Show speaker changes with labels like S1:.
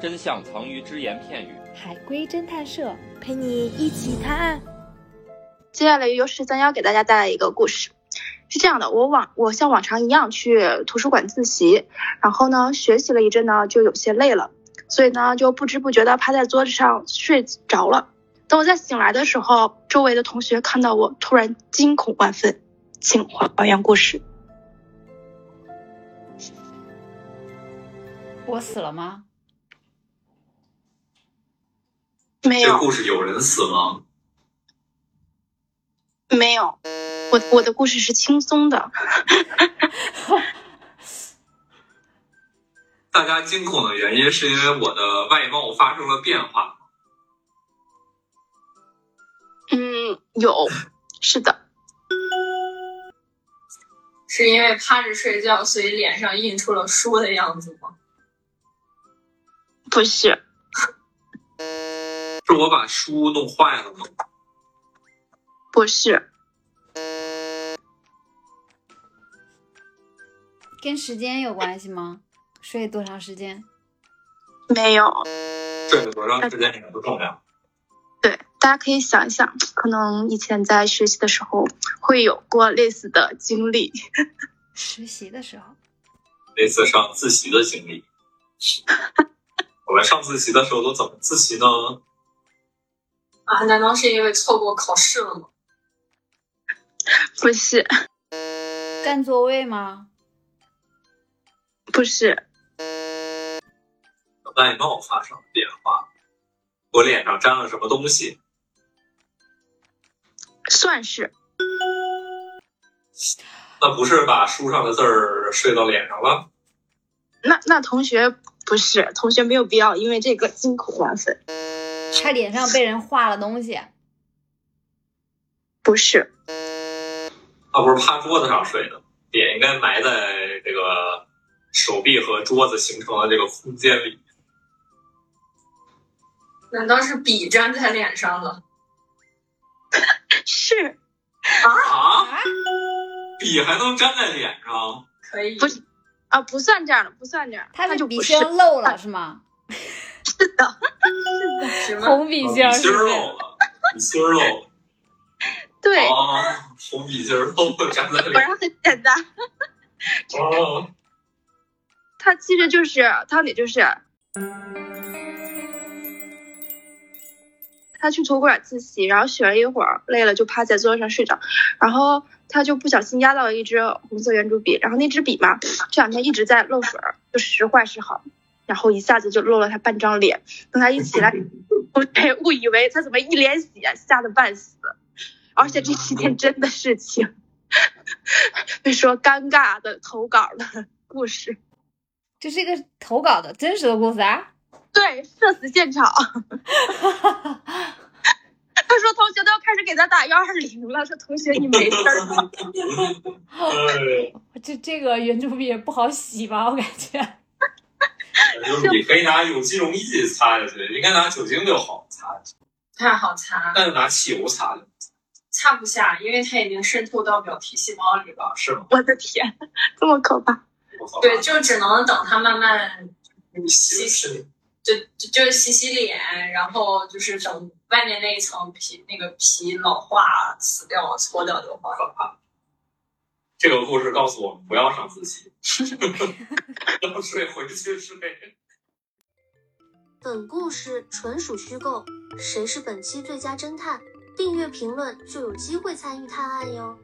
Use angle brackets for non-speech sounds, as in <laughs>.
S1: 真相藏于只言片语。
S2: 海龟侦探社陪你一起探案。
S3: 接下来由十三幺给大家带来一个故事，是这样的，我往我像往常一样去图书馆自习，然后呢学习了一阵呢就有些累了，所以呢就不知不觉的趴在桌子上睡着了。等我再醒来的时候，周围的同学看到我，突然惊恐万分。请还原故事。
S4: 我死了吗？
S3: 没
S5: 这
S3: 有，
S5: 故事有人死吗？
S3: 没有，我我的故事是轻松的。
S5: 大家惊恐的原因是因为我的外貌发生了变化。
S3: 嗯，有，是的，
S6: 是因为趴着睡觉，所以脸上印出了书的样子吗？
S3: 不是，
S5: 是我把书弄坏了吗？
S3: 不是，
S4: 跟时间有关系吗？睡多长时间？
S3: 没有。
S5: 睡了多长时间也不重要。
S3: 对，大家可以想一想，可能以前在学习的时候会有过类似的经历。
S4: 实习的时候，
S5: 那次上自习的经历，我们上自习的时候都怎么自习呢？
S6: 啊，难道是因为错过考试了吗？
S3: 不是，
S4: 占座位吗？
S3: 不是，
S5: 外貌发生了变化，我脸上沾了什么东西？
S3: 算是
S5: 那不是把书上的字儿睡到脸上了？
S3: 那那同学不是同学没有必要因为这个惊恐万分。
S4: 他脸上被人画了东西，
S3: 不是，
S5: 那不是趴桌子上睡的，脸应该埋在这个手臂和桌子形成的这个空间里。
S6: 难道是笔粘在脸上了？
S3: 是
S5: 啊？笔还能粘在脸上？
S6: 可以，
S3: 不是啊，不算这样的，不算这样，
S4: 他
S3: 那
S4: 的
S3: 就
S4: 笔
S3: 不
S4: 芯
S3: 是
S4: 儿漏了是吗？
S3: 是的，
S6: 什么？
S4: <laughs> 红笔
S5: 哦笔
S4: 芯儿
S5: 芯
S4: 是
S5: 儿
S4: 不是？
S5: 漏了，笔芯儿漏了。
S3: 对，
S5: 啊，红笔芯儿漏了粘在
S3: 果
S5: 脸
S3: <laughs> 然很简单。
S5: 上。哦
S3: 它其实就是汤底，就是他去图书馆自习，然后学了一会儿，累了就趴在桌子上睡着，然后他就不小心压到了一支红色圆珠笔，然后那支笔嘛，这两天一直在漏水儿，就时坏时好，然后一下子就漏了他半张脸。等他一起来，我被误以为他怎么一脸血，吓得半死。而且这是一件真的事情， <laughs> 被说尴尬的投稿的故事。
S4: 这是一个投稿的真实的故事啊！ <laughs>
S3: 对，社死现场。 <laughs> 他说同学都要开始给他打幺二零了，说同学你没事儿吧？
S5: 哎，
S4: 这这个圆珠笔也不好洗吧？我感觉
S5: 就是你可以拿有机溶液擦下去，应该拿酒精就好擦下去，
S6: 不太好擦，
S5: 那就拿汽油擦下去，
S6: 擦不下，因为它已经渗透到表皮细胞里了。
S5: 是吗？
S3: <laughs> 我的天，这么可怕！
S5: 我操
S6: 对，，就只能等它慢慢
S5: 你洗洗，
S6: 就就就是洗洗脸，然后就是等外面那一层皮那个皮老化死掉脱掉就好了。
S5: 这个故事告诉我们不要上自习， <laughs> 要睡回去睡。
S7: 本故事纯属虚构，谁是本期最佳侦探？订阅评论就有机会参与探案哟。